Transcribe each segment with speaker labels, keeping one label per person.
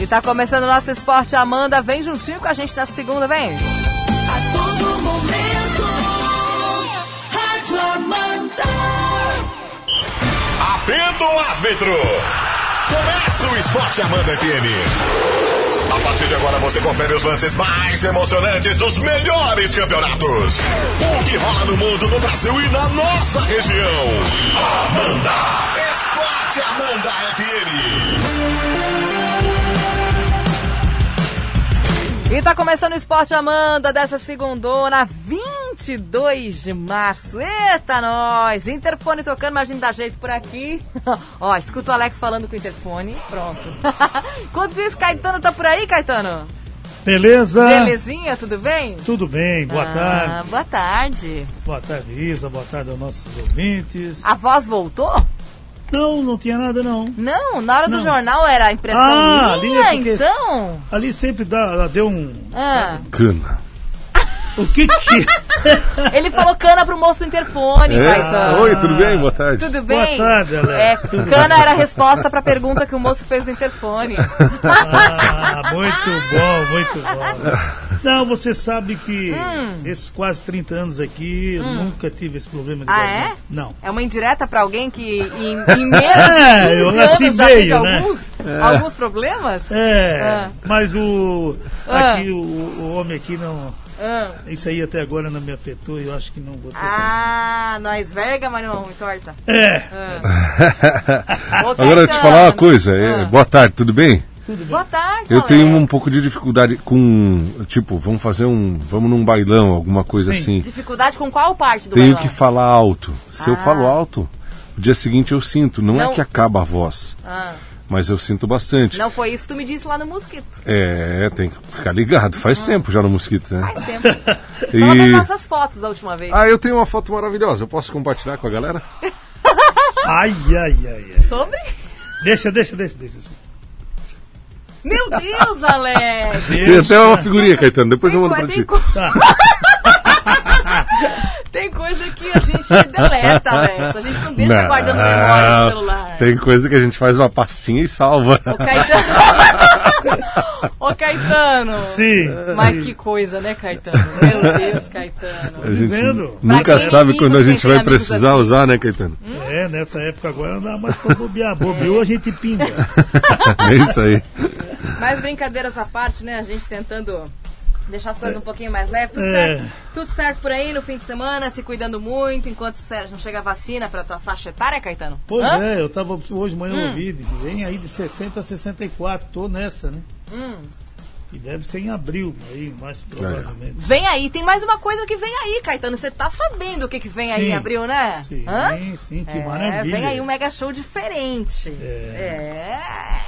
Speaker 1: E tá começando o nosso esporte, Amanda. Vem juntinho com a gente na segunda, vem.
Speaker 2: A todo momento, Rádio Amanda.
Speaker 3: Apendo o árbitro. Começa o Esporte Amanda FM. A partir de agora você confere os lances mais emocionantes dos melhores campeonatos. O que rola no mundo, no Brasil e na nossa região. Amanda. Esporte Amanda FM.
Speaker 1: E tá começando o Esporte Amanda dessa segundona, 22 de março. Eita, nós! Interfone tocando, mas a gente dá jeito por aqui. Ó, escuta o Alex falando com o interfone. Pronto. Quanto isso, Caetano tá por aí, Caetano?
Speaker 4: Beleza?
Speaker 1: Belezinha, tudo bem?
Speaker 4: Tudo bem, boa
Speaker 1: Ah,
Speaker 4: tarde.
Speaker 1: Boa tarde.
Speaker 4: Boa tarde, Isa. Boa tarde aos nossos ouvintes.
Speaker 1: A voz voltou?
Speaker 4: Não, não tinha nada, não.
Speaker 1: Não, na hora do
Speaker 4: Não.
Speaker 1: jornal era a impressão minha,
Speaker 4: Ah, ali é porque-
Speaker 1: então.
Speaker 4: Ali sempre dá, ela deu um.
Speaker 1: Ah,
Speaker 5: Cana.
Speaker 4: O que que.
Speaker 1: ele falou cana pro moço do interfone,
Speaker 5: É?
Speaker 1: Caetano.
Speaker 5: Oi, tudo bem? Boa tarde.
Speaker 1: Tudo
Speaker 4: Boa
Speaker 1: bem?
Speaker 4: tarde, Alex.
Speaker 1: É,
Speaker 4: Tudo bem?
Speaker 1: cana era a resposta pra pergunta que o moço fez no interfone.
Speaker 4: Ah, muito bom, muito bom. Não, você sabe que
Speaker 1: Hum.
Speaker 4: esses quase 30 anos aqui, eu nunca tive esse problema de
Speaker 1: Ah,
Speaker 4: garganta.
Speaker 1: é?
Speaker 4: Não.
Speaker 1: É uma indireta pra alguém que em, em menos de
Speaker 4: É,
Speaker 1: 15
Speaker 4: eu
Speaker 1: anos
Speaker 4: nasci
Speaker 1: já teve
Speaker 4: meio, né?
Speaker 1: alguns, alguns problemas?
Speaker 4: É,
Speaker 1: Ah.
Speaker 4: mas o.
Speaker 1: Ah.
Speaker 4: Aqui, o, o homem aqui não.
Speaker 1: Ah.
Speaker 4: Isso aí até agora não me afetou e eu acho que não vou ter.
Speaker 1: Ah, nós verga, mas não torta.
Speaker 4: É.
Speaker 5: Agora eu te falar uma coisa.
Speaker 1: Ah.
Speaker 5: é, boa tarde, tudo bem?
Speaker 1: Boa tarde,
Speaker 5: Eu
Speaker 1: Alex.
Speaker 5: tenho um pouco de dificuldade com. Tipo, vamos fazer um. Vamos num bailão, alguma coisa
Speaker 4: Sim.
Speaker 5: assim.
Speaker 1: Dificuldade com qual parte do
Speaker 5: Tenho
Speaker 1: bailão?
Speaker 5: que falar alto. Se eu
Speaker 1: Ah.
Speaker 5: falo alto, o dia seguinte eu sinto. Não,
Speaker 1: Não.
Speaker 5: é que acaba a voz,
Speaker 1: Ah,
Speaker 5: mas eu sinto bastante.
Speaker 1: não foi isso que tu me disse lá no mosquito.
Speaker 5: É, tem que ficar ligado.
Speaker 1: Ah.
Speaker 5: Faz tempo já no mosquito, né?
Speaker 1: Faz tempo. Tava nas
Speaker 5: E.
Speaker 1: nossas fotos a última vez.
Speaker 5: Ah, eu tenho uma foto maravilhosa. Eu posso compartilhar com a galera?
Speaker 4: Ai, ai, ai, ai.
Speaker 1: Sobre?
Speaker 4: Deixa, deixa, deixa, deixa.
Speaker 1: Meu Deus, Alex!
Speaker 5: Tem até uma
Speaker 1: né?
Speaker 5: figurinha, Caetano. Depois eu
Speaker 1: Tem,
Speaker 5: mando
Speaker 1: co-
Speaker 5: pra
Speaker 1: tem,
Speaker 5: ti.
Speaker 1: co-
Speaker 4: Tá.
Speaker 1: tem coisa que a gente deleta, Alex. A gente não deixa
Speaker 5: Não. ah,
Speaker 1: guardando memória no celular.
Speaker 5: Tem coisa que a gente faz uma pastinha e salva.
Speaker 4: Tá
Speaker 1: Ô Caetano. Ô Caetano.
Speaker 4: Sim.
Speaker 1: Mas que coisa, né, Caetano? Meu Deus, Caetano.
Speaker 5: A gente
Speaker 4: Dizendo.
Speaker 1: Pra
Speaker 5: nunca
Speaker 1: quem
Speaker 5: sabe
Speaker 1: amigos,
Speaker 5: quando a
Speaker 1: quem
Speaker 5: gente
Speaker 1: tem
Speaker 5: vai
Speaker 1: amigos
Speaker 5: precisar
Speaker 1: assim.
Speaker 5: usar, né, Caetano?
Speaker 4: É, nessa época agora não dá mais pra bobear. Bobeou, a gente pinga.
Speaker 5: É isso aí.
Speaker 1: Mas brincadeiras à parte, né? A gente tentando deixar as coisas um pouquinho mais leves. Tudo
Speaker 4: É.
Speaker 1: certo? Tudo certo por aí no fim de semana, se cuidando muito, enquanto as férias não chega a vacina pra tua faixa etária, Caetano?
Speaker 4: Pois
Speaker 1: Hã? Hum.
Speaker 4: é, eu tava hoje de manhã eu ouvi, digo, vem aí de 60 a 64, tô nessa, né?
Speaker 1: Hum.
Speaker 4: E deve ser em abril, aí, mais provavelmente.
Speaker 1: Vem aí, tem mais uma coisa que vem aí, Caetano. Você tá sabendo o que, que vem aí em
Speaker 4: Sim.
Speaker 1: abril, né?
Speaker 4: Sim,
Speaker 1: Hã?
Speaker 4: sim, que
Speaker 1: É,
Speaker 4: maravilha.
Speaker 1: Vem aí um mega show diferente. É.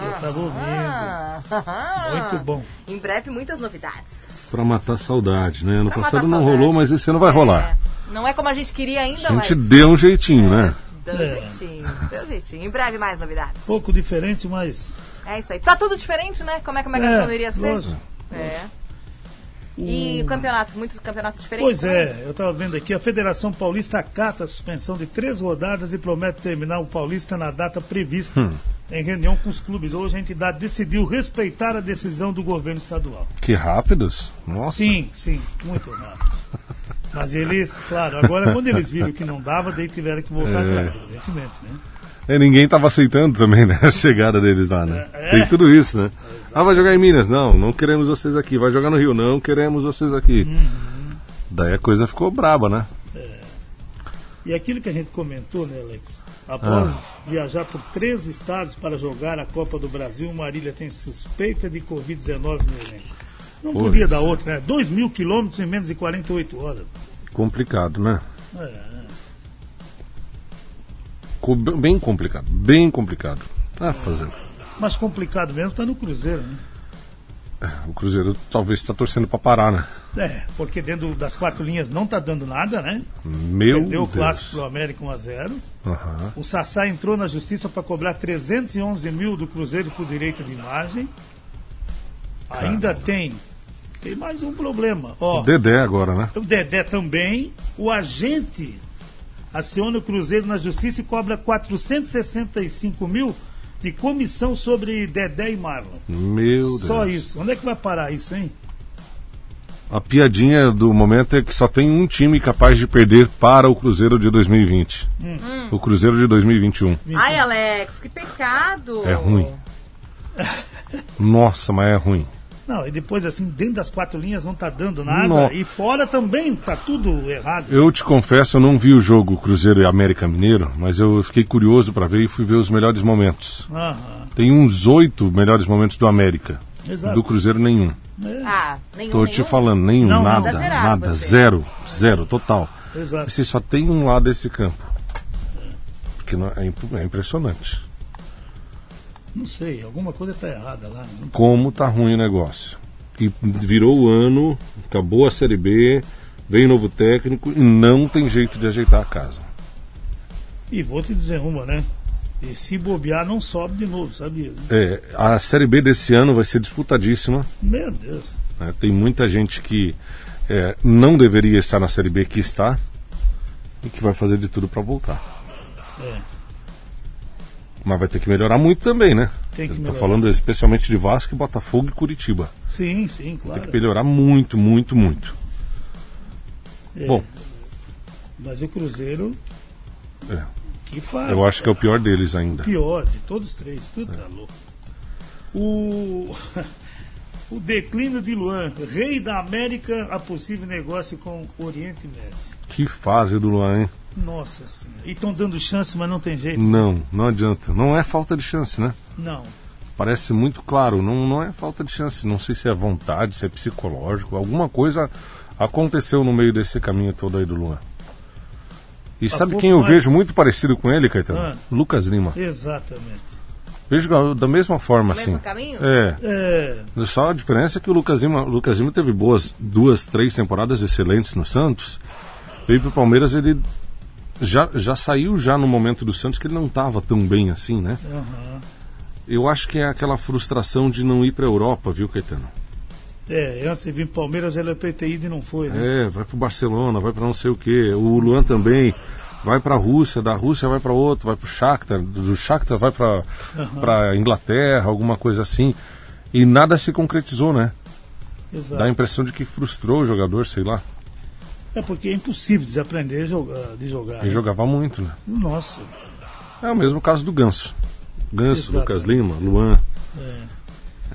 Speaker 4: Eu tava ouvindo.
Speaker 1: Ah.
Speaker 4: Muito bom.
Speaker 1: Em breve, muitas novidades.
Speaker 5: Pra matar a saudade, né? Ano
Speaker 1: Pra matar
Speaker 5: passado
Speaker 1: a
Speaker 5: não
Speaker 1: saudade.
Speaker 5: rolou, mas esse ano vai rolar.
Speaker 1: É, Não é como a gente queria ainda,
Speaker 5: A gente
Speaker 1: mas.
Speaker 5: deu um jeitinho, né?
Speaker 1: Deu
Speaker 4: É.
Speaker 1: jeitinho, deu jeitinho. Em breve, mais novidades.
Speaker 4: Pouco diferente, mas
Speaker 1: É isso aí. Tá tudo diferente, né? Como é que o mega
Speaker 4: É,
Speaker 1: show iria ser?
Speaker 4: lógico.
Speaker 1: É. E o campeonato, muitos campeonatos diferentes. né?
Speaker 4: Pois é, eu estava vendo aqui, a Federação Paulista acata a suspensão de três rodadas e promete terminar o Paulista na data prevista.
Speaker 5: Hum.
Speaker 4: Em reunião com os clubes hoje, a entidade decidiu respeitar a decisão do governo estadual.
Speaker 5: Que rápidos. Nossa.
Speaker 4: Sim, sim, muito rápido. Mas eles, claro, agora quando eles viram que não dava, daí tiveram que voltar
Speaker 5: É.
Speaker 4: atrás, evidentemente, né?
Speaker 5: É, ninguém tava aceitando também, né? A chegada deles lá, né?
Speaker 4: É.
Speaker 5: Tem tudo isso, né? Ah, vai jogar em Minas? Não, não queremos vocês aqui. Vai jogar no Rio? Não queremos vocês aqui.
Speaker 4: Uhum.
Speaker 5: Daí a coisa ficou braba, né?
Speaker 4: E aquilo que a gente comentou, né, Alex? Após
Speaker 5: Ah.
Speaker 4: viajar por três estados para jogar a Copa do Brasil, Marília tem suspeita de Covid-19 no elenco. Não
Speaker 5: Pois
Speaker 4: podia dar
Speaker 5: é.
Speaker 4: outra, né? 2 mil quilômetros em menos de 48 horas.
Speaker 5: Complicado, né?
Speaker 4: É,
Speaker 5: Co- Bem complicado, bem complicado.
Speaker 4: É.
Speaker 5: Ah, fazer.
Speaker 4: mas complicado mesmo está no Cruzeiro, né?
Speaker 5: O Cruzeiro talvez está torcendo para parar, né?
Speaker 4: É, porque dentro das quatro linhas não está dando nada, né?
Speaker 5: Meu
Speaker 4: Perdeu o
Speaker 5: Deus.
Speaker 4: clássico pro América 1x0.
Speaker 5: Aham.
Speaker 4: O Sassá entrou na justiça para cobrar 311 mil do Cruzeiro por direito de imagem. Ainda tem. Tem mais um problema. Ó,
Speaker 5: Dedé agora, né?
Speaker 4: O Dedé também. O agente aciona o Cruzeiro na justiça e cobra 465 mil de comissão sobre Dedé e Marlon.
Speaker 5: Meu Deus.
Speaker 4: Só isso. Onde é que vai parar isso, hein?
Speaker 5: A piadinha do momento é que só tem um time capaz de perder para o Cruzeiro de 2020.
Speaker 4: Hum.
Speaker 5: O Cruzeiro de 2021.
Speaker 1: Ai, Alex, que pecado.
Speaker 5: É ruim. Nossa, mas é ruim.
Speaker 4: Não, e depois assim, dentro das quatro linhas não tá dando nada.
Speaker 5: Não.
Speaker 4: E fora também tá tudo errado.
Speaker 5: Eu te confesso, eu não vi o jogo Cruzeiro e América Mineiro, mas eu fiquei curioso para ver e fui ver os melhores momentos.
Speaker 4: Aham,
Speaker 5: Tem uns oito melhores momentos do América.
Speaker 4: Exato.
Speaker 5: Do Cruzeiro, nenhum.
Speaker 1: Ah, nenhum,
Speaker 5: Tô te
Speaker 1: nenhum?
Speaker 5: falando, nenhum,
Speaker 4: Não,
Speaker 5: nada,
Speaker 1: exagerado
Speaker 5: nada,
Speaker 1: você.
Speaker 5: zero, zero, total.
Speaker 4: exato.
Speaker 5: Você só tem um lado desse campo. Porque não- é imp- é impressionante.
Speaker 4: Não sei, alguma coisa tá errada lá. Não-
Speaker 5: Como tá ruim o negócio. E virou o ano, acabou a Série B, veio novo técnico e não tem jeito de ajeitar a casa.
Speaker 4: E vou te dizer uma, né? E se bobear, não sobe de novo, sabia?
Speaker 5: É, a Série B desse ano vai ser disputadíssima.
Speaker 4: Meu Deus.
Speaker 5: né? Tem muita gente que é, não deveria estar na Série B que está e que vai fazer de tudo para voltar.
Speaker 4: É.
Speaker 5: Mas vai ter que melhorar muito também, né?
Speaker 4: Tem que
Speaker 5: Estou
Speaker 4: melhorar.
Speaker 5: falando especialmente de Vasco, Botafogo e Curitiba.
Speaker 4: Sim, sim, claro.
Speaker 5: Tem que melhorar muito, muito, muito.
Speaker 4: É,
Speaker 5: Bom,
Speaker 4: Mas o Cruzeiro.
Speaker 5: É.
Speaker 4: Que faz.
Speaker 5: eu É. acho que é o pior deles ainda.
Speaker 4: pior de todos os três. Tudo tá louco. O. O declínio de Luan, rei da América, a possível negócio com o Oriente Médio.
Speaker 5: Que fase do Luan, hein?
Speaker 4: Nossa senhora. E estão dando chance, mas não tem jeito.
Speaker 5: Não, não adianta. Não é falta de chance, né?
Speaker 4: Não.
Speaker 5: Parece muito claro, não, não é falta de chance. Não sei se é vontade, se é psicológico. Alguma coisa aconteceu no meio desse caminho todo aí do Luan. E sabe
Speaker 4: pouco
Speaker 5: quem eu
Speaker 1: é
Speaker 4: mais.
Speaker 5: vejo muito parecido com ele, Caetano?
Speaker 4: Ah.
Speaker 5: Lucas Lima.
Speaker 4: Exatamente.
Speaker 5: Vejo da mesma forma,
Speaker 1: No
Speaker 5: assim.
Speaker 1: mesmo caminho?
Speaker 5: É.
Speaker 4: É,
Speaker 5: Só a diferença é que o Lucas Lima, o Lucas Lima teve boas duas, três temporadas excelentes no Santos. Veio pro Palmeiras, ele já, já saiu já no momento do Santos que ele não estava tão bem assim, né? Eu acho que é aquela frustração de não ir pra Europa, viu, Caetano?
Speaker 4: é, antes de vir pro Palmeiras, ele é PTI e não foi, né?
Speaker 5: É, vai pro Barcelona, vai pra não sei o quê. O Luan também vai pra Rússia, da Rússia vai pra outro, vai pro Shakhtar, do Shakhtar vai pra para Inglaterra, alguma coisa assim. E nada se concretizou, né?
Speaker 4: Exato.
Speaker 5: Dá a impressão de que frustrou o jogador, sei lá.
Speaker 4: É porque é impossível desaprender a jogar- de jogar.
Speaker 5: Ele jogava muito, né?
Speaker 4: Nossa,
Speaker 5: É o mesmo caso do Ganso. Ganso,
Speaker 4: Exato.
Speaker 5: Lucas Lima, Luan.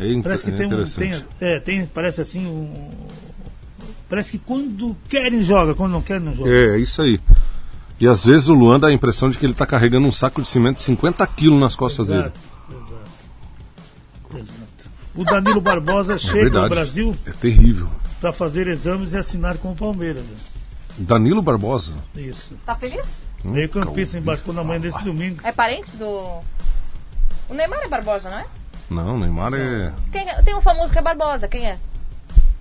Speaker 5: É, in-
Speaker 4: parece que
Speaker 5: é
Speaker 4: tem um.
Speaker 5: interessante.
Speaker 4: Tem, é, tem, parece assim um. Parece que quando querem joga, quando não querem não joga.
Speaker 5: É, é isso aí. E às vezes o Luan dá a impressão de que ele tá carregando um saco de cimento de 50 quilos nas costas
Speaker 4: exato,
Speaker 5: dele.
Speaker 4: exato, exato. O Danilo Barbosa
Speaker 5: É
Speaker 4: chega ao
Speaker 5: verdade.
Speaker 4: Brasil
Speaker 5: É terrível.
Speaker 4: para fazer exames e assinar com o Palmeiras.
Speaker 5: Danilo Barbosa.
Speaker 4: Isso.
Speaker 1: Tá feliz?
Speaker 5: Hum,
Speaker 4: Meio campista embarcou na manhã desse domingo.
Speaker 1: É parente do... O Neymar é Barbosa, não é?
Speaker 5: Não, o Neymar é.
Speaker 1: Quem é? Tem um famoso que é Barbosa, quem é?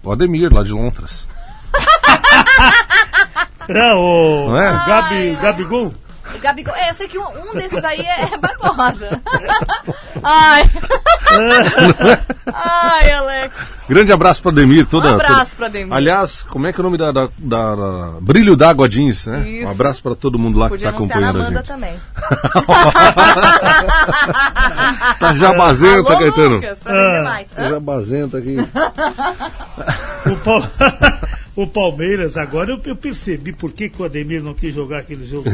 Speaker 5: O Ademir, lá de Londres.
Speaker 4: É o
Speaker 5: Não é?
Speaker 4: Gabi, Gabigol?
Speaker 1: O Gabigol. É, eu sei que um, um desses aí é, é Barbosa. Ai. Ai, Alex.
Speaker 5: Grande abraço para Ademir. Toda,
Speaker 1: Um abraço
Speaker 5: toda-
Speaker 1: pra Ademir.
Speaker 5: Aliás, como é que é o nome da. da, da- da- Brilho d'Água Jeans, né?
Speaker 1: Isso.
Speaker 5: Um abraço para todo mundo lá
Speaker 1: Podia
Speaker 5: que tá
Speaker 1: anunciar na
Speaker 5: acompanhando a
Speaker 1: Amanda
Speaker 5: gente.
Speaker 1: também.
Speaker 5: Tá jabazenta,
Speaker 1: Alô,
Speaker 5: Caetano.
Speaker 1: Lucas, pra vender mais. Ah. Hã?
Speaker 5: É Jabazenta aqui.
Speaker 4: O, Pal- o Palmeiras, agora eu, eu percebi por que, que o Ademir não quis jogar aquele jogo. O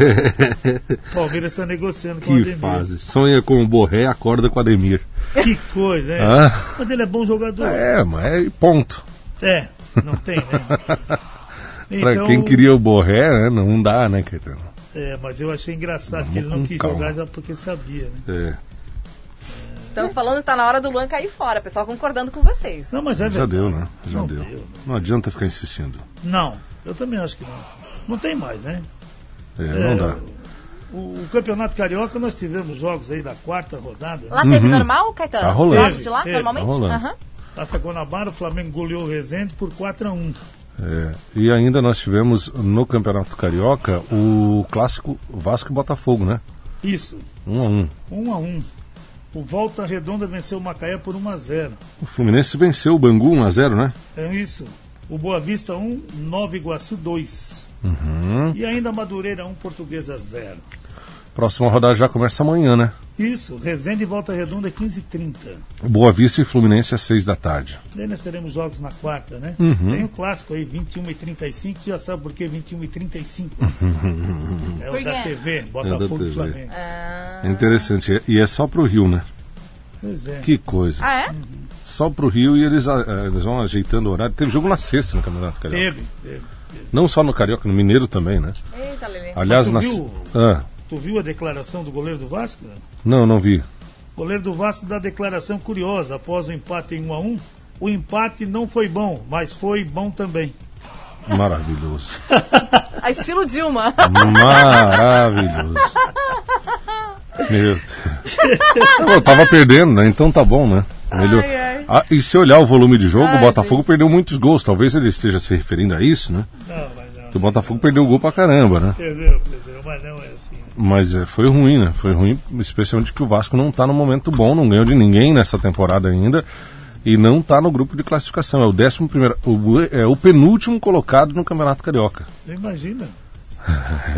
Speaker 4: Palmeiras está negociando com o
Speaker 5: Que
Speaker 4: Ademir.
Speaker 5: fase. Sonha com o Borré, acorda com o Ademir.
Speaker 4: Que coisa, é.
Speaker 5: Ah.
Speaker 4: Mas ele é bom jogador. É,
Speaker 5: É, mas é ponto.
Speaker 4: não tem, né?
Speaker 5: Pra
Speaker 4: Então-
Speaker 5: quem queria o Borré, né, não dá, né, Caetano?
Speaker 4: É, mas eu achei engraçado que ele não
Speaker 5: Vamos
Speaker 4: quis
Speaker 5: com
Speaker 4: jogar
Speaker 5: calma.
Speaker 4: já porque sabia, né?
Speaker 5: É,
Speaker 1: Estamos falando que tá na hora do Luan cair fora, pessoal concordando com vocês.
Speaker 4: Não, mas é
Speaker 5: já
Speaker 4: verdade.
Speaker 5: deu, né? Já
Speaker 4: Não
Speaker 5: deu.
Speaker 4: deu, né?
Speaker 5: Não adianta ficar insistindo.
Speaker 4: Não, eu também acho que não. Não tem mais, né?
Speaker 5: É, não dá.
Speaker 4: O, o Campeonato Carioca nós tivemos jogos aí da quarta rodada. né?
Speaker 1: Lá teve normal, Caetano?
Speaker 5: Tá rolando.
Speaker 1: Jogos de lá,
Speaker 4: Teve,
Speaker 1: normalmente?
Speaker 5: tá rolando.
Speaker 1: Aham.
Speaker 4: Taça Guanabara, o Flamengo goleou o Resende por 4x1.
Speaker 5: É, E ainda nós tivemos no Campeonato Carioca o clássico Vasco e Botafogo, né?
Speaker 4: Isso,
Speaker 5: Um a um.
Speaker 4: 1 a 1 O Volta Redonda venceu o Macaé por 1 a 0
Speaker 5: O Fluminense venceu o Bangu 1 a 0 né?
Speaker 4: É isso. O Boa Vista 1, Uhum. Nova Iguaçu 2. E ainda Madureira 1, Portuguesa 0.
Speaker 5: Próxima rodada já começa amanhã, né?
Speaker 4: Isso, Resende e Volta Redonda 15h30.
Speaker 5: Boa Vista e Fluminense às seis da tarde.
Speaker 4: Daí nós teremos jogos na quarta, né? Tem o clássico aí, 21 e 35 já sabe por que 21 e 35 É
Speaker 1: Por
Speaker 4: o da
Speaker 1: quê?
Speaker 4: TV, Botafogo
Speaker 5: TV.
Speaker 4: e Flamengo. Ah.
Speaker 5: É interessante. E é só pro Rio, né?
Speaker 4: Pois é.
Speaker 5: Que coisa.
Speaker 1: Ah, é?
Speaker 5: Só pro Rio e eles, ah, eles vão ajeitando o horário. Teve jogo na sexta no Campeonato Carioca.
Speaker 4: Teve, teve.
Speaker 5: Não só no Carioca, no Mineiro também, né?
Speaker 1: Eita, Lelê.
Speaker 5: Aliás,
Speaker 4: tu
Speaker 5: na.
Speaker 4: viu?
Speaker 5: Ah,
Speaker 4: Tu viu a declaração do goleiro do Vasco?
Speaker 5: não, não vi.
Speaker 4: O goleiro do Vasco dá declaração curiosa após o empate em 1 a 1 O empate não foi bom, mas foi bom também.
Speaker 5: Maravilhoso.
Speaker 1: A estilo Dilma.
Speaker 5: Maravilhoso. Meu Deus. Eu tava perdendo, né? Então tá bom, né? Melhor.
Speaker 1: Ai, ai.
Speaker 5: Ah, e se olhar o volume de jogo,
Speaker 1: Ai,
Speaker 5: o Botafogo perdeu muitos gols. Talvez ele esteja se referindo a isso, né?
Speaker 4: Não, mas não.
Speaker 5: Que o Botafogo perdeu gol pra caramba, né?
Speaker 4: Entendeu, entendeu? Mas não é assim. né?
Speaker 5: Mas eh, foi ruim, né? Foi ruim, especialmente que o Vasco não tá no momento bom, não ganhou de ninguém nessa temporada ainda. E não tá no grupo de classificação. É o décimo primeiro. O, é o penúltimo colocado no Campeonato Carioca.
Speaker 4: Tu Imagina.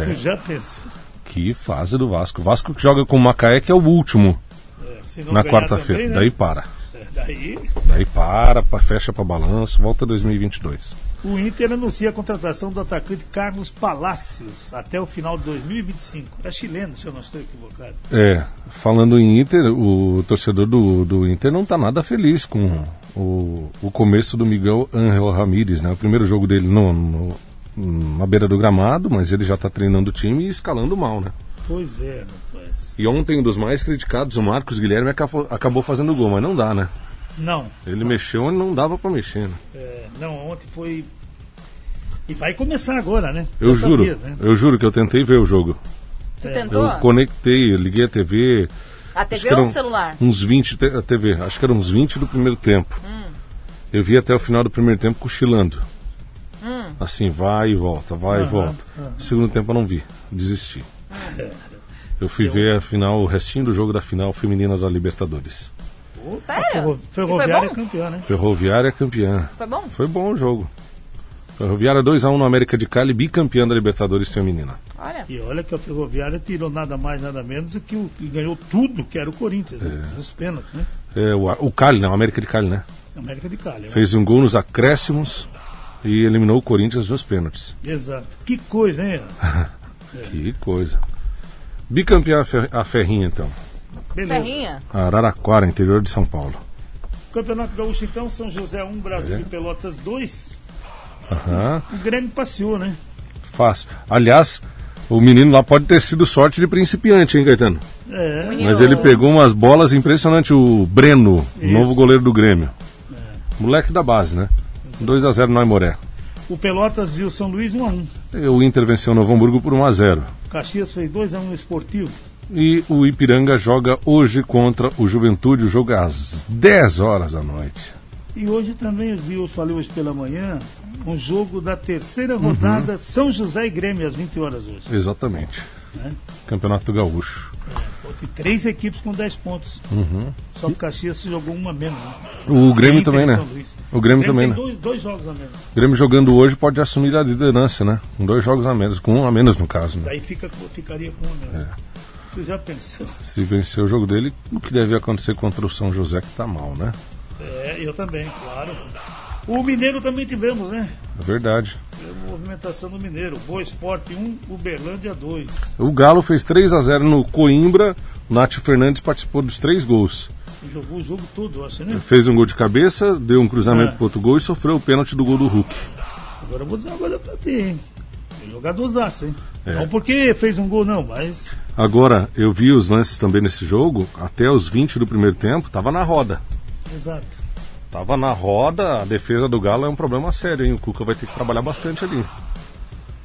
Speaker 4: Tu já pensou.
Speaker 5: Que fase do Vasco. O Vasco que joga com o Macaé, que é o último.
Speaker 4: É, se não
Speaker 5: na
Speaker 4: ganhar
Speaker 5: quarta-feira. Daí
Speaker 4: também,
Speaker 5: para.
Speaker 4: né? Daí,
Speaker 5: Daí para, pa- fecha para balanço, volta 2022.
Speaker 4: o Inter anuncia a contratação do atacante Carlos Palacios até o final de 2025. É chileno, se eu não estou equivocado.
Speaker 5: É, falando em Inter, o torcedor do, do Inter não tá nada feliz com o, o começo do Miguel Angel Ramírez, né? O primeiro jogo dele no, no- na beira do gramado, mas ele já tá treinando o time e escalando mal, né?
Speaker 4: Pois é, rapaz.
Speaker 5: E ontem um dos mais criticados, o Marcos Guilherme, acabou, acabou fazendo gol, mas não dá, né?
Speaker 4: Não,
Speaker 5: Ele mexeu onde não dava para mexer, né?
Speaker 4: é, não, ontem foi. E vai começar agora, né?
Speaker 5: Eu
Speaker 4: Já
Speaker 5: juro,
Speaker 4: sabia, né?
Speaker 5: eu juro que eu tentei ver o jogo.
Speaker 1: Tu
Speaker 5: Eu
Speaker 1: tentou?
Speaker 5: conectei, eu liguei a TV,
Speaker 1: A
Speaker 5: Acho
Speaker 1: TV
Speaker 5: que
Speaker 1: ou
Speaker 5: eram
Speaker 1: o celular?
Speaker 5: Uns 20, te- a TV, acho que eram uns 20 do primeiro tempo.
Speaker 1: Hum.
Speaker 5: Eu vi até o final do primeiro tempo cochilando.
Speaker 1: Hum.
Speaker 5: Assim, vai e volta, vai e
Speaker 4: Aham, Hum.
Speaker 5: volta. Segundo tempo eu não vi, desisti. Eu fui ver a final, o restinho do jogo da final feminina da Libertadores.
Speaker 1: Sério?
Speaker 4: Ah, Ferro-
Speaker 1: É, E
Speaker 4: Ferroviária é
Speaker 1: Foi bom?
Speaker 4: campeã, né?
Speaker 5: Ferroviária campeã.
Speaker 1: Foi bom?
Speaker 5: Foi bom o jogo. Ferroviária 2x1 no América de Cali, bicampeã da Libertadores feminina.
Speaker 1: Olha.
Speaker 4: E olha que a Ferroviária tirou nada mais, nada menos do que o que ganhou tudo, que era o Corinthians, né? os pênaltis, né?
Speaker 5: É, o, o Cali, não, América de Cali, né?
Speaker 4: América de Cali. né?
Speaker 5: Fez um gol nos acréscimos e eliminou o Corinthians nos pênaltis.
Speaker 4: Exato. Que coisa, hein?
Speaker 5: Que coisa. Bicampeã a Fer- a Ferrinha, então.
Speaker 4: Beleza.
Speaker 1: Ferrinha.
Speaker 5: Araraquara, interior de São Paulo.
Speaker 4: Campeonato Gaúcho, então, São José 1, Brasil
Speaker 5: É.
Speaker 4: e Pelotas 2.
Speaker 5: Aham,
Speaker 4: O Grêmio passeou, né?
Speaker 5: fácil. Aliás, o menino lá pode ter sido sorte de principiante, hein, Caetano?
Speaker 4: É,
Speaker 5: Mas ele pegou umas bolas impressionantes, o Breno, o
Speaker 4: Isso. É.
Speaker 5: novo goleiro do Grêmio. Moleque da base, né? 2 a 0 no Aimoré.
Speaker 4: o Pelotas e o São Luís 1 a 1.
Speaker 5: E O Inter venceu o Novo Hamburgo por 1 a 0
Speaker 4: Caxias fez 2 a 1 no Esportivo.
Speaker 5: E o Ipiranga joga hoje contra o Juventude. O jogo é às 10 horas da noite.
Speaker 4: E hoje também eu vi, eu falei hoje pela manhã, um jogo da terceira
Speaker 5: Uhum.
Speaker 4: rodada São José e Grêmio às 20 horas hoje.
Speaker 5: Exatamente.
Speaker 4: É.
Speaker 5: Campeonato Gaúcho.
Speaker 4: Tem três equipes com 10 pontos. Só que o Caxias se jogou uma menos. né?
Speaker 5: O Uhum. Grêmio
Speaker 4: Inter
Speaker 5: também,
Speaker 4: e
Speaker 5: né?
Speaker 4: São Luís.
Speaker 5: O Grêmio também,
Speaker 4: tem
Speaker 5: né?
Speaker 4: dois, dois jogos a menos.
Speaker 5: O Grêmio jogando hoje pode assumir a liderança, né? Com dois jogos a menos, com um a menos no caso, né?
Speaker 4: Daí fica, com- ficaria com um a menos.
Speaker 5: É.
Speaker 4: Tu já pensou?
Speaker 5: Se vencer o jogo dele, o que deve acontecer contra o São José, que tá mal, né?
Speaker 4: É, eu também, claro. O Mineiro também tivemos, né?
Speaker 5: É verdade.
Speaker 4: Tivemos movimentação do Mineiro. Boa Esporte 1, Uberlândia 2.
Speaker 5: O Galo fez 3 a 0 no Coimbra. O Nath Fernandes participou dos três gols.
Speaker 4: Jogou o jogo todo, eu acho, né?
Speaker 5: Fez um gol de cabeça, deu um cruzamento
Speaker 4: É.
Speaker 5: pro outro gol e sofreu o pênalti do gol do Hulk.
Speaker 4: Agora eu vou dizer uma coisa pra ti, hein? Tem Jogadorzaço, hein?
Speaker 5: É.
Speaker 4: Não porque fez um gol, não, mas.
Speaker 5: Agora, eu vi os lances também nesse jogo, até os 20 do primeiro tempo, tava na roda.
Speaker 4: Exato.
Speaker 5: Tava na roda, a defesa do Galo é um problema sério, hein? O Cuca vai ter que trabalhar bastante ali.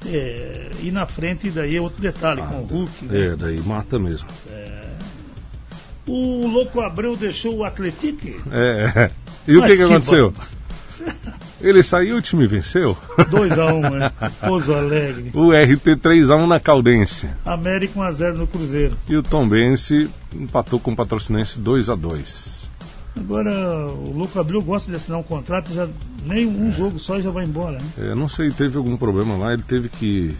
Speaker 4: É, e na frente, daí é outro detalhe, com o Hulk. né?
Speaker 5: É, daí mata mesmo.
Speaker 4: O Louco Abreu deixou o Atletique
Speaker 5: É. E o
Speaker 4: Mas
Speaker 5: que, que
Speaker 4: que
Speaker 5: aconteceu? Ele saiu, o time venceu.
Speaker 4: 2x1, um, né? Pouso Alegre.
Speaker 5: O RT 3x1 na Caldense.
Speaker 4: América 1x0 no Cruzeiro.
Speaker 5: E o Tom Bense empatou com o Patrocinense 2x2.
Speaker 4: Agora, o Louco Abreu gosta de assinar um contrato, já nem um jogo só e já vai embora, né?
Speaker 5: É, não sei, teve algum problema lá, ele teve que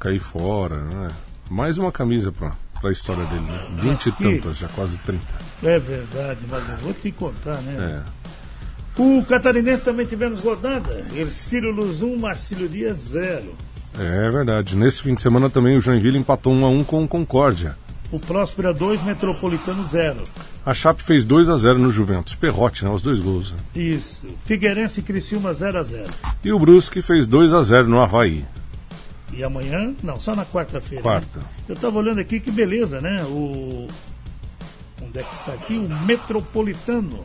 Speaker 5: cair fora, né? Mais uma camisa pra, para a história dele, né? 20 e
Speaker 4: que-
Speaker 5: tantas, já quase 30.
Speaker 4: É verdade, mas eu vou te contar, né?
Speaker 5: É.
Speaker 4: O catarinense também tivemos rodada. Ercílio Luz 1, Marcílio Dias 0.
Speaker 5: É verdade. Nesse fim de semana também o Joinville empatou 1 a 1 com o Concórdia.
Speaker 4: O Próspera 2, Metropolitano 0.
Speaker 5: A Chape fez 2 a 0 no Juventus. Perrote, né? Os dois gols. né?
Speaker 4: Isso. Figueirense e Criciúma 0 a 0.
Speaker 5: E o Brusque fez 2 a 0 no Havaí.
Speaker 4: E amanhã, não, só na quarta-feira.
Speaker 5: Quarta.
Speaker 4: né? Eu tava olhando aqui que beleza, né? O onde é que está aqui? O Metropolitano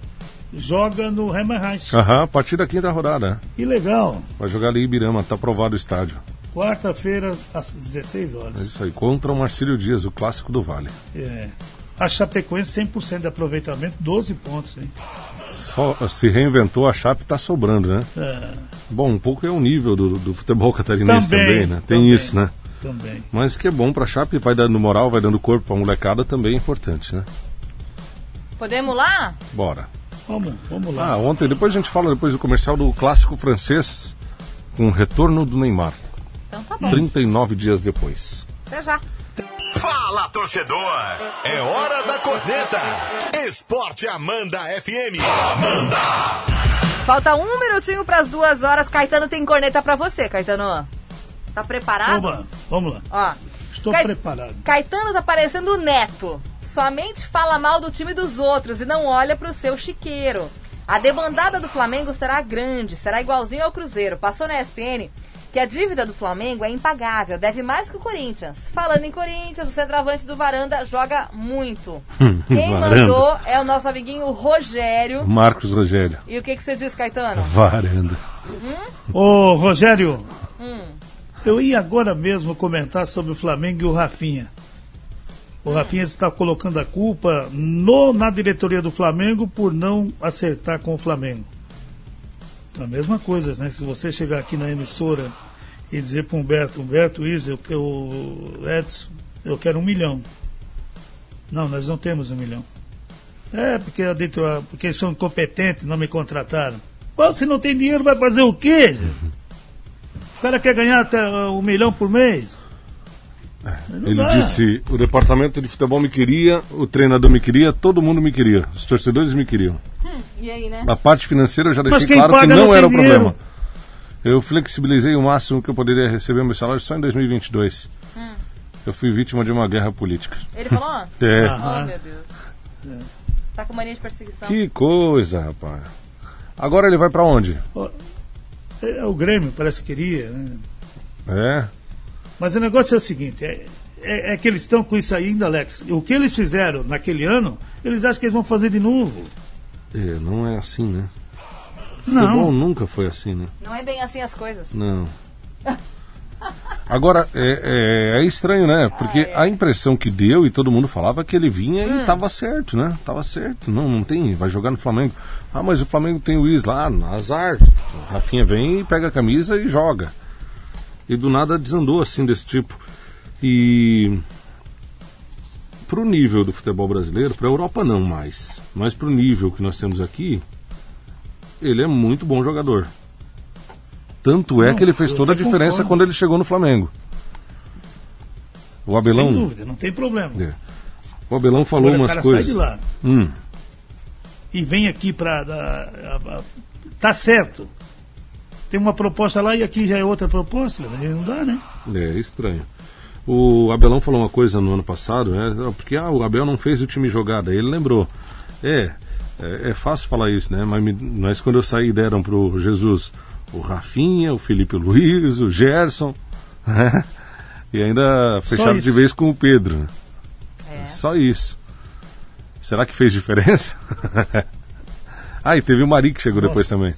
Speaker 4: joga no Remarraich.
Speaker 5: Aham, a partir da quinta rodada. né?
Speaker 4: Que legal.
Speaker 5: Vai jogar ali em Ibirama, tá aprovado o estádio.
Speaker 4: Quarta-feira às 16 horas.
Speaker 5: É isso aí. Contra o Marcílio Dias, o clássico do Vale.
Speaker 4: É. A Chapecoense 100% de aproveitamento, 12 pontos, hein?
Speaker 5: Só ah, se reinventou, a Chape tá sobrando, né?
Speaker 4: É,
Speaker 5: Bom, um pouco é o nível do, do futebol catarinense também,
Speaker 4: Também,
Speaker 5: né? Tem
Speaker 4: também.
Speaker 5: isso, né?
Speaker 4: também.
Speaker 5: Mas que é bom pra Chape, vai dando moral, vai dando corpo pra molecada, também é importante, né?
Speaker 1: Podemos lá?
Speaker 5: Bora.
Speaker 4: Vamos, vamos lá.
Speaker 5: Ah, ontem, depois a gente fala depois do comercial do clássico francês com o retorno do Neymar.
Speaker 1: Então tá bom.
Speaker 5: 39 dias depois.
Speaker 1: Até já.
Speaker 3: Fala, torcedor! É hora da corneta! Esporte Amanda FM.
Speaker 1: Falta um minutinho pras duas horas. Caetano tem corneta pra você, Caetano. Tá preparado?
Speaker 4: Vamos lá, vamos lá.
Speaker 1: Ó.
Speaker 4: Estou
Speaker 1: Cai-
Speaker 4: preparado.
Speaker 1: Caetano tá parecendo o Neto. Somente fala mal do time dos outros e não olha pro seu chiqueiro. A demandada do Flamengo será grande, será igualzinho ao Cruzeiro. Passou na ESPN que a dívida do Flamengo é impagável, deve mais que o Corinthians. Falando em Corinthians, o centroavante do Varanda joga muito. Quem
Speaker 5: Varanda.
Speaker 1: mandou é o nosso amiguinho Rogério.
Speaker 5: Marcos Rogério.
Speaker 1: E o que, que você diz, Caetano?
Speaker 5: Varanda.
Speaker 4: Ô, Rogério, eu ia agora mesmo comentar sobre o Flamengo e o Rafinha. O Rafinha está colocando a culpa no, na diretoria do Flamengo por não acertar com o Flamengo. Então, a mesma coisa, né? Se você chegar aqui na emissora e dizer para Humberto, Humberto, Isa, eu, eu, Edson, eu quero um milhão. Não, nós não temos um milhão. É, porque, a diretora- porque eles são incompetentes, não me contrataram. Pô, se não tem dinheiro, vai fazer o quê? gente? O cara quer ganhar até ah, um milhão por mês? Não
Speaker 5: É, Ele
Speaker 4: dá.
Speaker 5: disse: o departamento de futebol me queria, o treinador me queria, todo mundo me queria, os torcedores me queriam.
Speaker 1: E aí, né?
Speaker 5: A parte financeira eu já
Speaker 4: Mas
Speaker 5: deixei
Speaker 4: quem
Speaker 5: claro que
Speaker 4: paga
Speaker 5: não,
Speaker 4: não tem
Speaker 5: era o
Speaker 4: dinheiro.
Speaker 5: problema. Eu flexibilizei o máximo que eu poderia receber meu salário só em 2022.
Speaker 4: Hum.
Speaker 5: Eu fui vítima de uma guerra política.
Speaker 1: Ele falou? ó.
Speaker 5: É.
Speaker 4: Ah. É.
Speaker 1: Oh, meu Deus. Tá com mania de perseguição.
Speaker 5: Que coisa, rapaz. Agora ele vai pra onde?
Speaker 4: Ó, É, o Grêmio parece que queria. Né?
Speaker 5: É.
Speaker 4: Mas o negócio é o seguinte: é, é- é que eles estão com isso aí ainda, Alex. O que eles fizeram naquele ano, eles acham que eles vão fazer de novo.
Speaker 5: É, não é assim, né? Futebol
Speaker 4: Não.
Speaker 5: nunca foi assim, né?
Speaker 1: Não é bem assim as coisas.
Speaker 5: Não. Agora, é, é- é estranho, né? Porque a impressão que deu, e todo mundo falava, que ele vinha e tava certo, né? Tava certo. Não, não tem, vai jogar no Flamengo. Ah, mas o Flamengo tem o Is lá, azar. O Rafinha vem, pega a camisa e joga. E do nada desandou assim desse tipo. E pro nível do futebol brasileiro, pra Europa não mais, mas pro nível que nós temos aqui, ele é muito bom jogador. Tanto é
Speaker 4: Não,
Speaker 5: que ele fez
Speaker 4: eu
Speaker 5: toda a
Speaker 4: até
Speaker 5: diferença
Speaker 4: concordo.
Speaker 5: quando ele chegou no Flamengo. O
Speaker 4: Sem
Speaker 5: Abelão,
Speaker 4: dúvida, não tem problema.
Speaker 5: É. o Abelão falou
Speaker 4: Agora, o
Speaker 5: umas
Speaker 4: cara
Speaker 5: coisas.
Speaker 4: sai de lá
Speaker 5: Hum,
Speaker 4: e vem aqui pra. a- a- a- tá certo. Tem uma proposta lá e aqui já é outra proposta. né? Não dá, né?
Speaker 5: é estranho. O Abelão falou uma coisa no ano passado, né? Porque ah, o Abel não fez o time jogar, daí ele lembrou. É, é, é fácil falar isso, né? Mas, me- mas quando eu saí deram pro Jesus o Rafinha, o Felipe Luiz, o Gerson, né? E ainda fecharam de
Speaker 4: isso.
Speaker 5: vez com o Pedro. né?
Speaker 1: É.
Speaker 5: Só isso. Será que fez diferença? ah, e teve o Mari que chegou depois
Speaker 4: Nossa. É
Speaker 5: também.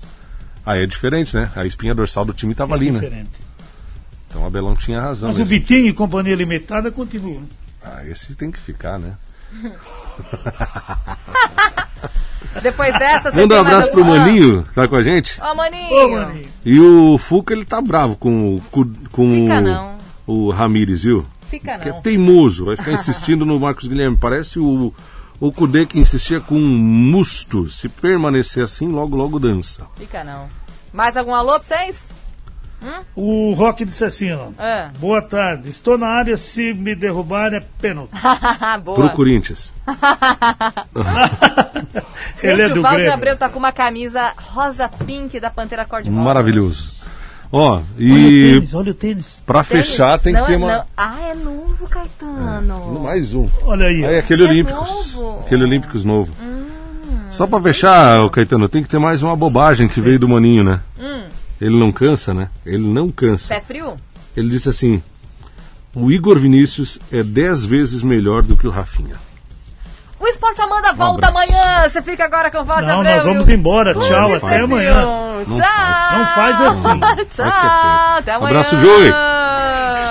Speaker 5: Aí é diferente, né? A espinha dorsal do time tava ali, né?
Speaker 4: Diferente.
Speaker 5: Então o Abelão tinha razão.
Speaker 4: Mas o
Speaker 5: nesse
Speaker 4: Vitinho e Companhia Limitada né? continua.
Speaker 5: Ah, esse tem que ficar, né?
Speaker 1: Depois dessa, você
Speaker 5: Manda
Speaker 1: tem
Speaker 5: um
Speaker 1: mais
Speaker 5: abraço pro
Speaker 1: alguma?
Speaker 5: Maninho, tá com a gente?
Speaker 1: Ó, Maninho.
Speaker 4: Ô, Maninho.
Speaker 5: E o Fuca, ele tá bravo com, o- com, com
Speaker 1: Fica
Speaker 5: o-
Speaker 1: não.
Speaker 5: o Ramires, viu?
Speaker 1: Fica
Speaker 5: Que é
Speaker 1: não.
Speaker 5: teimoso, vai ficar insistindo no Marcos Guilherme. Parece o, o Kudê que insistia com um musto. Se permanecer assim, logo, logo dança.
Speaker 1: Fica não. Mais algum alô pra vocês?
Speaker 4: O Rock disse assim, ó.
Speaker 1: Ah.
Speaker 4: Boa tarde, estou na área, se me derrubar é pênalti.
Speaker 1: Ah, Boa.
Speaker 5: Pro Corinthians.
Speaker 4: Ele é
Speaker 1: Gente,
Speaker 4: do
Speaker 1: o Valdir
Speaker 4: Grêmio.
Speaker 1: Abreu tá com uma camisa rosa pink da Pantera cor de
Speaker 5: Maravilhoso. Ó,
Speaker 4: Olha o
Speaker 5: e
Speaker 4: tênis, olha o tênis.
Speaker 5: pra fechar tem que ter uma.
Speaker 1: Ah, é novo, Caetano.
Speaker 5: Mais um.
Speaker 4: Olha aí.
Speaker 5: Aí,
Speaker 4: ó.
Speaker 5: aquele
Speaker 1: Isso é
Speaker 5: Olímpicos.
Speaker 1: novo. Hum.
Speaker 5: Aquele Olímpicos novo. Só pra fechar, ô Caetano, tem que ter mais uma bobagem que veio do Maninho, né?
Speaker 1: Hum.
Speaker 5: Ele não cansa, né? Ele não cansa.
Speaker 1: Pé frio?
Speaker 5: Ele disse assim: o Igor Vinícius é 10 vezes melhor do que o Rafinha.
Speaker 1: O Esporte Amanda volta
Speaker 5: Um abraço.
Speaker 1: amanhã. Você fica agora com o Valdir
Speaker 4: Não,
Speaker 1: Abreu.
Speaker 4: nós
Speaker 1: e o
Speaker 4: vamos embora.
Speaker 1: Clube
Speaker 4: Tchau,
Speaker 5: Não
Speaker 4: até
Speaker 5: faz.
Speaker 1: Civil.
Speaker 4: amanhã.
Speaker 1: Tchau.
Speaker 4: Não faz assim.
Speaker 5: Faz que é
Speaker 1: Tchau.
Speaker 5: feio.
Speaker 1: Até amanhã.
Speaker 5: Abraço, Joey.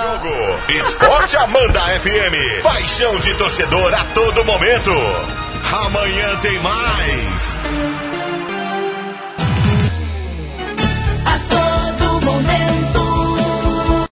Speaker 3: Jogo Esporte Amanda FM. Paixão de torcedor a todo momento. Amanhã tem mais.